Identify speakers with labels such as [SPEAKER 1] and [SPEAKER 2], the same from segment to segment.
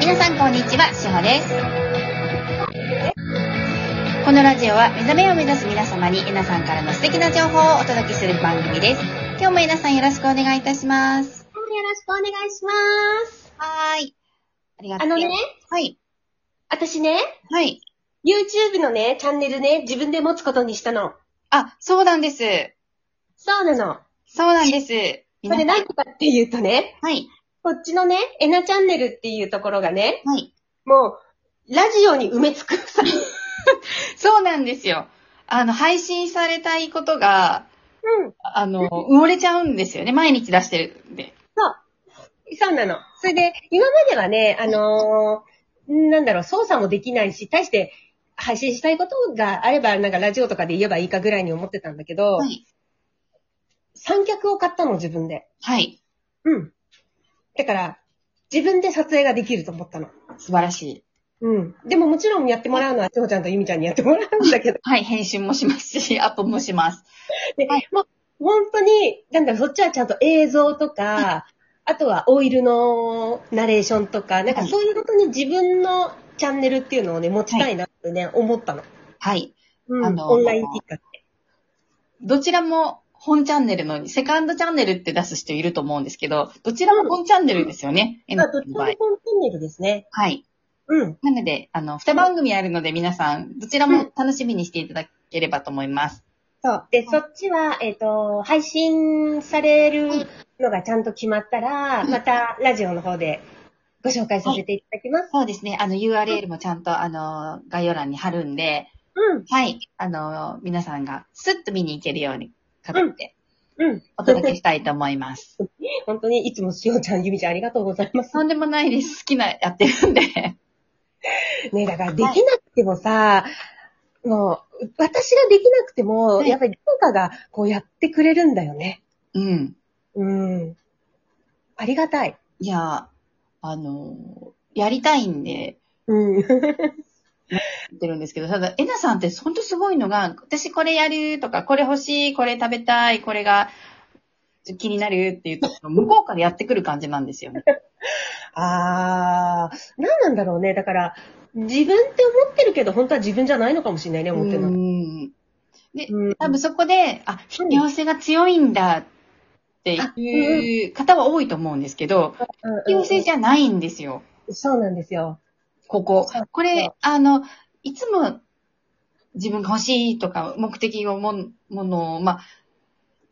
[SPEAKER 1] 皆さんこんにちは、しほです。このラジオは目覚めを目指す皆様に皆さんからの素敵な情報をお届けする番組です。今日も皆さんよろしくお願いいたします。
[SPEAKER 2] よろしくお願いします。
[SPEAKER 1] はーい。ありがと
[SPEAKER 2] あ
[SPEAKER 1] う。
[SPEAKER 2] のね、
[SPEAKER 1] はい。
[SPEAKER 2] 私ね、
[SPEAKER 1] はい。
[SPEAKER 2] YouTube のね、チャンネルね、自分で持つことにしたの。
[SPEAKER 1] あ、そうなんです。
[SPEAKER 2] そうなの。
[SPEAKER 1] そうなんです。
[SPEAKER 2] これ
[SPEAKER 1] 皆さ
[SPEAKER 2] 何かっていうとね、
[SPEAKER 1] んはい。
[SPEAKER 2] こっちのね、エナチャンネルっていうところがね、
[SPEAKER 1] はい。
[SPEAKER 2] もう、ラジオに埋め尽くされ、
[SPEAKER 1] そうなんですよ。あの、配信されたいことが、
[SPEAKER 2] うん。
[SPEAKER 1] あの、埋もれちゃうんですよね。毎日出してるんで。
[SPEAKER 2] そうなの。それで、今まではね、あのーなんだろう、操作もできないし、対して配信したいことがあれば、なんかラジオとかで言えばいいかぐらいに思ってたんだけど、
[SPEAKER 1] はい。
[SPEAKER 2] 三脚を買ったの、自分で。
[SPEAKER 1] はい。
[SPEAKER 2] うん。だから、自分で撮影ができると思ったの。
[SPEAKER 1] 素晴らしい。
[SPEAKER 2] うん。でももちろんやってもらうのは、ちほちゃんとゆみちゃんにやってもらうんだけど、
[SPEAKER 1] はい。編集もしますし、 アップもします。
[SPEAKER 2] で、
[SPEAKER 1] はい
[SPEAKER 2] もう本当に、なんだろう、そっちはちゃんと映像とか、あとはオイルのナレーションとか、なんか
[SPEAKER 1] はい
[SPEAKER 2] そういうことに自分のチャンネルっていうのをね、持ちたいなってね、思ったの。
[SPEAKER 1] はい。
[SPEAKER 2] うん、
[SPEAKER 1] あのー
[SPEAKER 2] オンラインきっかけ。
[SPEAKER 1] どちらも本チャンネルのように、セカンドチャンネルって出す人いると思うんですけど、どちらも本チャンネルですよね。え
[SPEAKER 2] ま
[SPEAKER 1] の
[SPEAKER 2] あ、どっち
[SPEAKER 1] の
[SPEAKER 2] も
[SPEAKER 1] 場合
[SPEAKER 2] 本チ。ャンネルですね。
[SPEAKER 1] はい。
[SPEAKER 2] うん。
[SPEAKER 1] なので、あの、二番組あるので皆さん、どちらも楽しみにしていただければと思います。
[SPEAKER 2] そう。で、そっちは、えっ、と、配信されるのがちゃんと決まったら、またラジオの方でご紹介させていただきます。
[SPEAKER 1] そうですね。あの、URL もちゃんと、あの、概要欄に貼るんで、
[SPEAKER 2] うん。
[SPEAKER 1] はい。あの、皆さんがスッと見に行けるように、形で
[SPEAKER 2] うん。
[SPEAKER 1] お届けしたいと思います。
[SPEAKER 2] 本当にいつもしおちゃん、ゆみちゃんありがとうございます
[SPEAKER 1] と。んでもないです。好きなやってるんで。
[SPEAKER 2] ね、だからできなくてもさ、もう、私ができなくても、
[SPEAKER 1] はい
[SPEAKER 2] やっぱり誰かがこうやってくれるんだよね。
[SPEAKER 1] うん。
[SPEAKER 2] うん。ありがたい。
[SPEAKER 1] いや、あの、やりたいんで、
[SPEAKER 2] うん。
[SPEAKER 1] 言ってるんですけど、ただ、えなさんって本当すごいのが、私これやるとか、これ欲しい、これ食べたい、これが気になるっていうと、向こうからやってくる感じなんですよね。
[SPEAKER 2] あー、何なんだろうね。だから、自分って思ってるけど、本当は自分じゃないのかもしれないね、思ってる
[SPEAKER 1] う
[SPEAKER 2] の。
[SPEAKER 1] ん
[SPEAKER 2] うん。
[SPEAKER 1] 多分そこで、あ、引き寄せが強いんだっていう方は多いと思うんですけど、
[SPEAKER 2] うん
[SPEAKER 1] 引き寄せじゃないんですよ。
[SPEAKER 2] そうなんですよ。
[SPEAKER 1] ここ
[SPEAKER 2] そう。
[SPEAKER 1] これ、あの、いつも自分が欲しいとか目的をもん、ものを、まあ、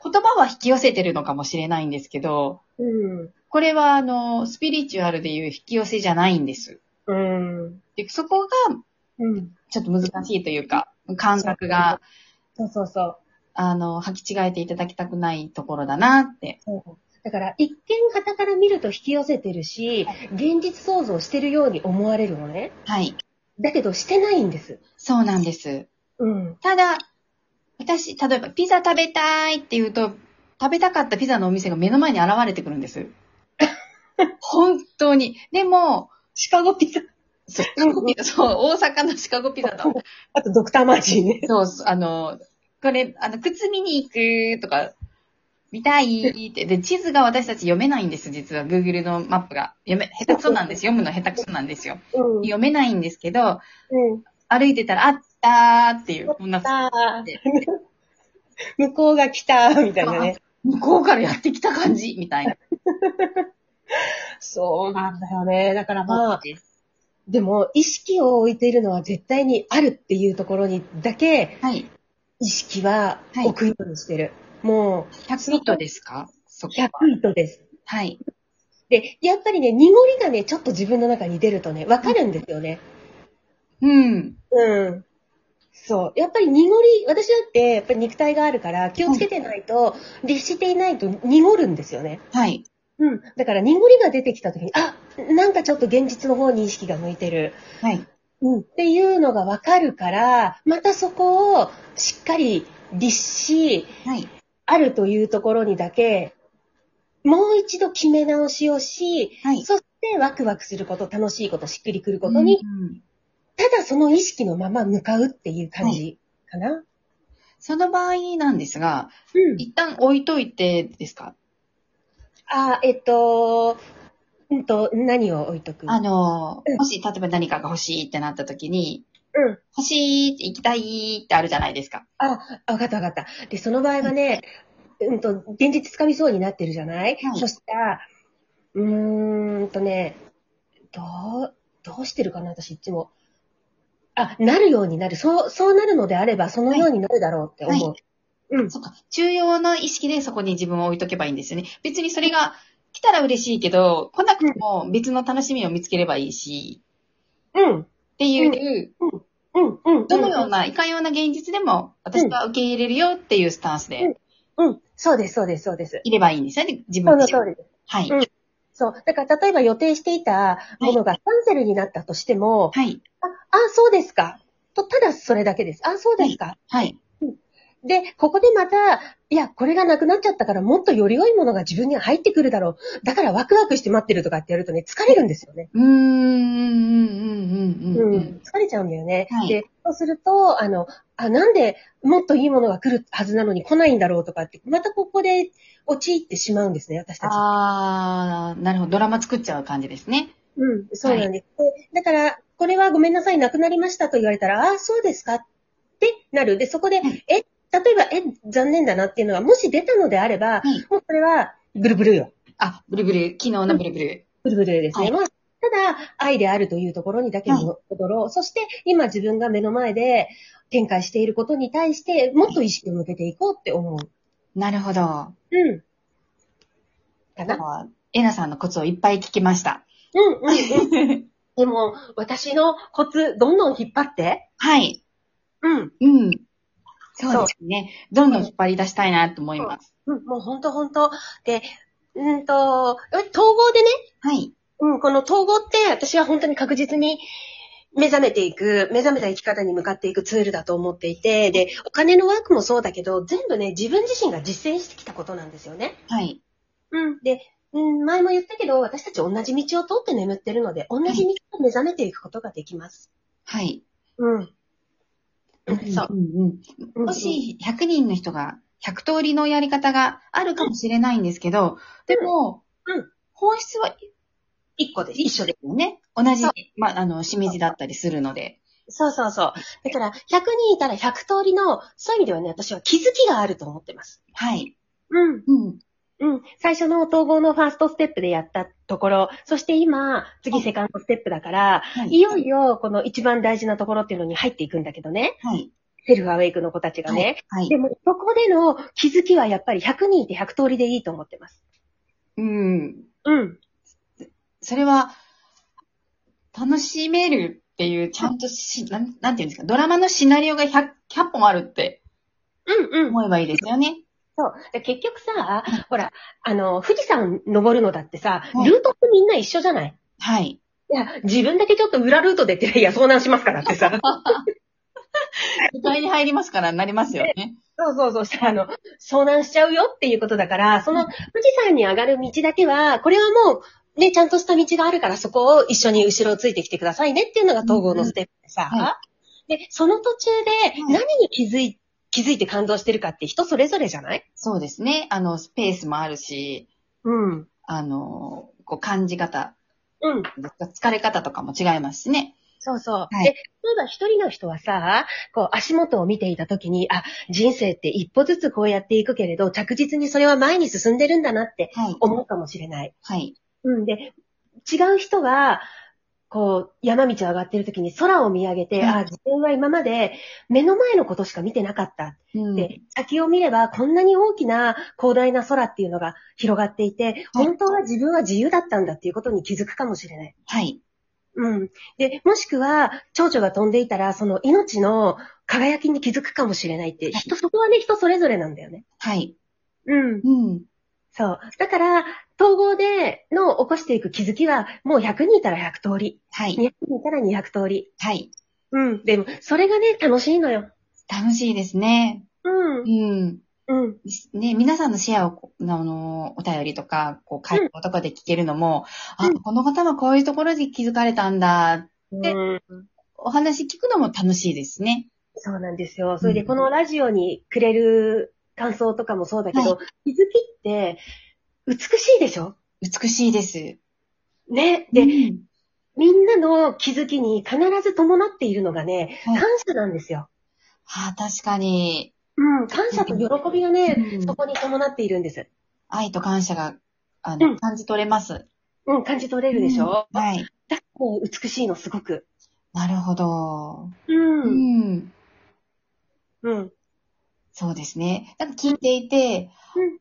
[SPEAKER 1] 言葉は引き寄せてるのかもしれないんですけど、
[SPEAKER 2] うん。
[SPEAKER 1] これはあの、スピリチュアルでいう引き寄せじゃないんです。
[SPEAKER 2] うん。
[SPEAKER 1] でそこが
[SPEAKER 2] うん。
[SPEAKER 1] ちょっと難しいというか、感覚が、
[SPEAKER 2] そうそうそう。
[SPEAKER 1] あの、履き違えていただきたくないところだなって。
[SPEAKER 2] そうだから、一見旗から見ると引き寄せてるし、現実創造してるように思われるのね。
[SPEAKER 1] はい。
[SPEAKER 2] だけど、してないんです。
[SPEAKER 1] そうなんです。
[SPEAKER 2] うん。
[SPEAKER 1] ただ、私、例えばピザ食べたいって言うと、食べたかったピザのお店が目の前に現れてくるん です。本当に。でも、
[SPEAKER 2] シカゴピザ。
[SPEAKER 1] そう、そう大阪のシカゴピザと、
[SPEAKER 2] あと、ドクターマーチンね。
[SPEAKER 1] そうそう、あの、これ、あの、靴見に行くとか、見たいって。で、地図が私たち読めないんです、実は。Google のマップが。読め、下手くそなんです。読むの下手くそなんですよ。
[SPEAKER 2] うん
[SPEAKER 1] 読めないんですけど、
[SPEAKER 2] うん。
[SPEAKER 1] 歩いてたら、あったーっていう、こんな、
[SPEAKER 2] さあ、 向こうが来た、みたいなね。
[SPEAKER 1] 向こうからやってきた感じ、みたいな。
[SPEAKER 2] そうなんだよね。だからまあ、
[SPEAKER 1] は
[SPEAKER 2] でも、意識を置いているのは絶対にあるっていうところにだけ、
[SPEAKER 1] い。
[SPEAKER 2] 意識は
[SPEAKER 1] はい
[SPEAKER 2] 置くようにしてる。も、
[SPEAKER 1] 100ミットですかそうこは。
[SPEAKER 2] 100糸です。
[SPEAKER 1] はい。
[SPEAKER 2] で、やっぱりね、濁りがね、ちょっと自分の中に出るとね、わかるんですよね。
[SPEAKER 1] うん。
[SPEAKER 2] うん。そう。やっぱり濁り、私だって、やっぱり肉体があるから、気をつけてないと、律していないと濁るんですよね。
[SPEAKER 1] はい。
[SPEAKER 2] うん。だから濁りが出てきた時に、あ、なんかちょっと現実の方に意識が向いてる。
[SPEAKER 1] はい。
[SPEAKER 2] うん。っていうのがわかるから、またそこをしっかり律し、
[SPEAKER 1] はい。
[SPEAKER 2] あるというところにだけ、もう一度決め直しをし、
[SPEAKER 1] はい。
[SPEAKER 2] そしてワクワクすること、楽しいこと、しっくりくることに、
[SPEAKER 1] うん
[SPEAKER 2] ただその意識のまま向かうっていう感じかな。
[SPEAKER 1] その場合なんですが、
[SPEAKER 2] うん
[SPEAKER 1] 一旦置いといてですか
[SPEAKER 2] あ、えっと、うんと、何を置いとく
[SPEAKER 1] あの、もし、例えば何かが欲しいってなった時に、
[SPEAKER 2] うん。
[SPEAKER 1] 欲しいって行きたいってあるじゃないですか。
[SPEAKER 2] あ、わかったわかった。で、その場合はね、うんと、現実つかみそうになってるじゃない、
[SPEAKER 1] はい
[SPEAKER 2] そしたら、うーんとね、どう、どうしてるかな私いつも。あ、なるようになる。そう、そうなるのであれば、そのようになるだろうって思う。
[SPEAKER 1] は
[SPEAKER 2] うん。
[SPEAKER 1] そっか。中央の意識でそこに自分を置いとけばいいんですよね。別にそれが来たら嬉しいけど、来なくても別の楽しみを見つければいいし、
[SPEAKER 2] うん。
[SPEAKER 1] っていう、
[SPEAKER 2] うん。うん。
[SPEAKER 1] どのような、いかような現実でも私は受け入れるよっていうスタンスで
[SPEAKER 2] うん。うん。そうです、そうです、そうです。
[SPEAKER 1] いればいいんですよね。自
[SPEAKER 2] そ
[SPEAKER 1] 分
[SPEAKER 2] の
[SPEAKER 1] 自
[SPEAKER 2] 通
[SPEAKER 1] 身。
[SPEAKER 2] りです。
[SPEAKER 1] はい。
[SPEAKER 2] うんそう。だから、例えば予定していたものがキャンセルになったとしても、
[SPEAKER 1] はい。
[SPEAKER 2] あ、あ、そうですか。と、ただそれだけです。あ、そうですか。
[SPEAKER 1] はい。
[SPEAKER 2] で、ここでまた、いや、これがなくなっちゃったから、もっとより良いものが自分には入ってくるだろう。だからワクワクして待ってるとかってやるとね、疲れるんですよね。
[SPEAKER 1] うーん、うん、うん、うん、う
[SPEAKER 2] うんん。。疲れちゃうんだよね。
[SPEAKER 1] はい
[SPEAKER 2] で、そうすると、あの、あ、なんでもっといいものが来るはずなのに来ないんだろうとかって、またここで陥ってしまうんですね、私たち。
[SPEAKER 1] あー、なるほど。ドラマ作っちゃう感じですね。
[SPEAKER 2] うん、そうなんです。でだから、これはごめんなさい、なくなりましたと言われたら、ああ、そうですかってなる。で、そこで、
[SPEAKER 1] はい
[SPEAKER 2] え、例えば、え、残念だなっていうのが、もし出たのであれば、
[SPEAKER 1] はい
[SPEAKER 2] もうこれは、ブルブルよ。
[SPEAKER 1] あ、ブルブル、昨日のブルブル。
[SPEAKER 2] ブルブルです
[SPEAKER 1] は
[SPEAKER 2] ね。
[SPEAKER 1] い
[SPEAKER 2] まあ、ただ、愛であるというところにだけ戻ろう。そして、今自分が目の前で展開していることに対して、もっと意識を向けていこうって思う。
[SPEAKER 1] なるほど。
[SPEAKER 2] うん。かな。
[SPEAKER 1] あエナさんのコツをいっぱい聞きました。
[SPEAKER 2] うん、うん、 うん。でも、私のコツ、どんどん引っ張って。
[SPEAKER 1] はい。
[SPEAKER 2] うん。
[SPEAKER 1] うん。そうですね。どんどん引っ張り出したいなと思います。
[SPEAKER 2] うん、もうほんとほんと。で、うんと、え統合でね、
[SPEAKER 1] はい。
[SPEAKER 2] うん、この統合って私は本当に確実に目覚めていく、目覚めた生き方に向かっていくツールだと思っていて、で、お金のワークもそうだけど、全部ね、自分自身が実践してきたことなんですよね。
[SPEAKER 1] はい。
[SPEAKER 2] うん。で、うん、前も言ったけど、私たち同じ道を通って眠ってるので、同じ道を目覚めていくことができます。
[SPEAKER 1] はい。
[SPEAKER 2] うん。そう。
[SPEAKER 1] んうん。もし100人の人が100通りのやり方があるかもしれないんですけど、でも、
[SPEAKER 2] うん
[SPEAKER 1] 本質は
[SPEAKER 2] 一個です。
[SPEAKER 1] 一緒ですよね。同じ
[SPEAKER 2] そう、
[SPEAKER 1] まあ、あの、しめじだったりするので。
[SPEAKER 2] そうそうそう。だから、100人いたら100通りの、そういう意味ではね、私は気づきがあると思ってます。
[SPEAKER 1] はい。
[SPEAKER 2] うん。
[SPEAKER 1] うん。
[SPEAKER 2] うん。最初の統合のファーストステップでやったところ、そして今、
[SPEAKER 1] は
[SPEAKER 2] 次
[SPEAKER 1] い
[SPEAKER 2] セカンドステップだから、
[SPEAKER 1] はい
[SPEAKER 2] よいよこの一番大事なところっていうのに入っていくんだけどね。
[SPEAKER 1] はい。
[SPEAKER 2] セルフアウェイクの子たちがね。
[SPEAKER 1] はい。
[SPEAKER 2] でも、そこでの気づきはやっぱり100人いて100通りでいいと思ってます。
[SPEAKER 1] うん。
[SPEAKER 2] うん。
[SPEAKER 1] それは、楽しめるっていう、ちゃんとし、なん、なんていうんですか、ドラマのシナリオが100、100本あるって
[SPEAKER 2] うんうん。
[SPEAKER 1] 思えばいいですよね。
[SPEAKER 2] そう。で結局さ、ほら、あの、富士山登るのだってさ、
[SPEAKER 1] はい
[SPEAKER 2] ルートってみんな一緒じゃない
[SPEAKER 1] はい。
[SPEAKER 2] いや、自分だけちょっと裏ルートでって、いや、遭難しますからってさ。
[SPEAKER 1] 具体に入りますからなりますよね。
[SPEAKER 2] そうそうそうしたら、あの、遭難しちゃうよっていうことだから、その富士山に上がる道だけは、これはもう、ね、ちゃんとした道があるから、そこを一緒に後ろをついてきてくださいねっていうのが統合のステップでさ、
[SPEAKER 1] うんうんは
[SPEAKER 2] で、その途中で
[SPEAKER 1] はい
[SPEAKER 2] 何に気づい、気づいて感動してるかって人それぞれじゃない
[SPEAKER 1] そうですね。あの、スペースもあるし、
[SPEAKER 2] うん。
[SPEAKER 1] あの、こう感じ方、
[SPEAKER 2] うん。
[SPEAKER 1] 疲れ方とかも違いますしね。
[SPEAKER 2] そうそう。
[SPEAKER 1] はい
[SPEAKER 2] で、例えば一人の人はさ、こう足元を見ていたときに、あ、人生って一歩ずつこうやっていくけれど、着実にそれは前に進んでるんだなって
[SPEAKER 1] はい。
[SPEAKER 2] 思うかもしれない。
[SPEAKER 1] はい。
[SPEAKER 2] うんで、違う人は、こう、山道を上がってる時に空を見上げて、
[SPEAKER 1] うん
[SPEAKER 2] ああ、自分は今まで目の前のことしか見てなかった。
[SPEAKER 1] うん
[SPEAKER 2] で、先を見ればこんなに大きな広大な空っていうのが広がっていて、
[SPEAKER 1] はい
[SPEAKER 2] 本当は自分は自由だったんだっていうことに気づくかもしれない。
[SPEAKER 1] はい。
[SPEAKER 2] うん。で、もしくは、蝶々が飛んでいたら、その命の輝きに気づくかもしれないって、
[SPEAKER 1] はい
[SPEAKER 2] 人、そこはね、人それぞれなんだよね。
[SPEAKER 1] はい。
[SPEAKER 2] うん。
[SPEAKER 1] うん。
[SPEAKER 2] そう。だから、統合での起こしていく気づきは、もう100人いたら100通り。
[SPEAKER 1] はい。
[SPEAKER 2] 200人いたら200通り。
[SPEAKER 1] はい。
[SPEAKER 2] うん。でも、それがね、楽しいのよ。
[SPEAKER 1] 楽しいですね。
[SPEAKER 2] うん
[SPEAKER 1] う。ん。
[SPEAKER 2] うん。
[SPEAKER 1] ですね、皆さんのシェアをこ、あの、お便りとか、こう、回答とかで聞けるのも、
[SPEAKER 2] うん
[SPEAKER 1] あ、この方もこういうところで気づかれたんだ、
[SPEAKER 2] で、
[SPEAKER 1] お話聞くのも楽しいですね。
[SPEAKER 2] そうなんですよ。それで、このラジオにくれる感想とかもそうだけど、気づきって、美しいでしょ
[SPEAKER 1] 美しいです。
[SPEAKER 2] ね、
[SPEAKER 1] で、
[SPEAKER 2] で、みんなの気づきに必ず伴っているのがね、
[SPEAKER 1] はい
[SPEAKER 2] 感謝なんですよ。
[SPEAKER 1] はあ、確かに、
[SPEAKER 2] うん、感謝と喜びがね、
[SPEAKER 1] うん
[SPEAKER 2] そこに伴っているんです。
[SPEAKER 1] 愛と感謝が、あの、
[SPEAKER 2] うん
[SPEAKER 1] 感じ取れます。
[SPEAKER 2] うん、感じ取れるでしょ、
[SPEAKER 1] うんはい。
[SPEAKER 2] だからこう美しいの、すごく。
[SPEAKER 1] なるほど。う
[SPEAKER 2] うん。
[SPEAKER 1] ん。
[SPEAKER 2] うん。
[SPEAKER 1] そうですね。なんか聞いていて、
[SPEAKER 2] うん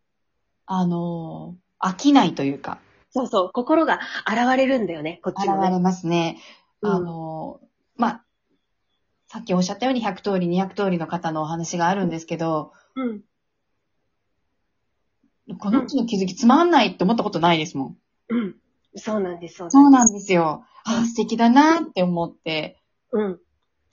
[SPEAKER 1] あの、飽きないというか、
[SPEAKER 2] そうそう、心が現れるんだよね、こっち
[SPEAKER 1] 現
[SPEAKER 2] のね。
[SPEAKER 1] れますね。
[SPEAKER 2] うん
[SPEAKER 1] あの、まあ、さっきおっしゃったように100通り、200通りの方のお話があるんですけど、
[SPEAKER 2] うん。
[SPEAKER 1] このうちの気づきつまんないって思ったことないですもん。
[SPEAKER 2] うん。そうなんです、そう
[SPEAKER 1] そう
[SPEAKER 2] なんで
[SPEAKER 1] なんですよ。あー、素敵だなって思って。
[SPEAKER 2] す。うん。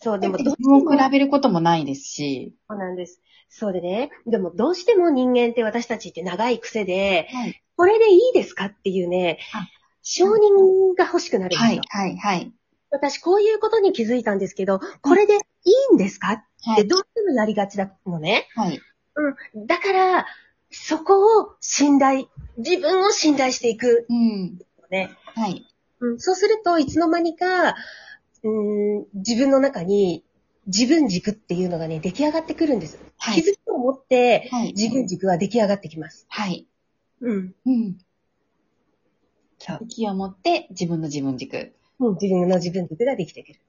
[SPEAKER 2] そう、
[SPEAKER 1] で
[SPEAKER 2] でも
[SPEAKER 1] も、
[SPEAKER 2] ど
[SPEAKER 1] ど
[SPEAKER 2] う
[SPEAKER 1] う
[SPEAKER 2] しても
[SPEAKER 1] 比べることもないですし。
[SPEAKER 2] そうなんです。そうでね。でもどうしても人間って私たちって長い癖で、
[SPEAKER 1] はい。
[SPEAKER 2] これでいいですかっていうね
[SPEAKER 1] あ、
[SPEAKER 2] 承認が欲しくなるんですよ。
[SPEAKER 1] はい、はい、はい。
[SPEAKER 2] 私こういうことに気づいたんですけど、これでいいんですかっ
[SPEAKER 1] は
[SPEAKER 2] て
[SPEAKER 1] い。
[SPEAKER 2] どうしてもやりがちだのね。
[SPEAKER 1] はい。
[SPEAKER 2] うん。だから、そこを信頼、自分を信頼していく
[SPEAKER 1] うん。
[SPEAKER 2] のね。
[SPEAKER 1] はい。
[SPEAKER 2] うん。そうすると、いつの間にか、うん、自分の中に自分軸っていうのがね、出来上がってくるんです。
[SPEAKER 1] は
[SPEAKER 2] 気
[SPEAKER 1] い。
[SPEAKER 2] づきを持って、
[SPEAKER 1] はい。
[SPEAKER 2] 自分軸は出来上がってきます。
[SPEAKER 1] はい。
[SPEAKER 2] うん。
[SPEAKER 1] うん。
[SPEAKER 2] そう。
[SPEAKER 1] 気を持って自分の自分軸。わ
[SPEAKER 2] うん、自分の自分軸ができてくる。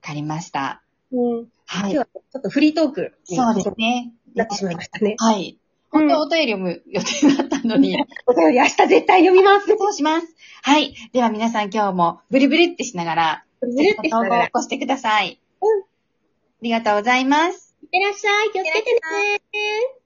[SPEAKER 1] かりました。
[SPEAKER 2] うん。
[SPEAKER 1] は
[SPEAKER 2] 今日
[SPEAKER 1] い。
[SPEAKER 2] はちょっとフリートークに
[SPEAKER 1] そうですね。
[SPEAKER 2] なってしまいましたね。
[SPEAKER 1] はい。本当はお便りを読む予定だったのに。
[SPEAKER 2] お便り明日絶対読みます。
[SPEAKER 1] そうします。はい。では皆さん今日もブリブリってしながら、
[SPEAKER 2] ブル
[SPEAKER 1] ぜ
[SPEAKER 2] って
[SPEAKER 1] ひ
[SPEAKER 2] した
[SPEAKER 1] 投稿を
[SPEAKER 2] ら。い
[SPEAKER 1] 起こしてください。
[SPEAKER 2] うん
[SPEAKER 1] ありがとうございます。
[SPEAKER 2] ってらっしゃい。気をつけてね。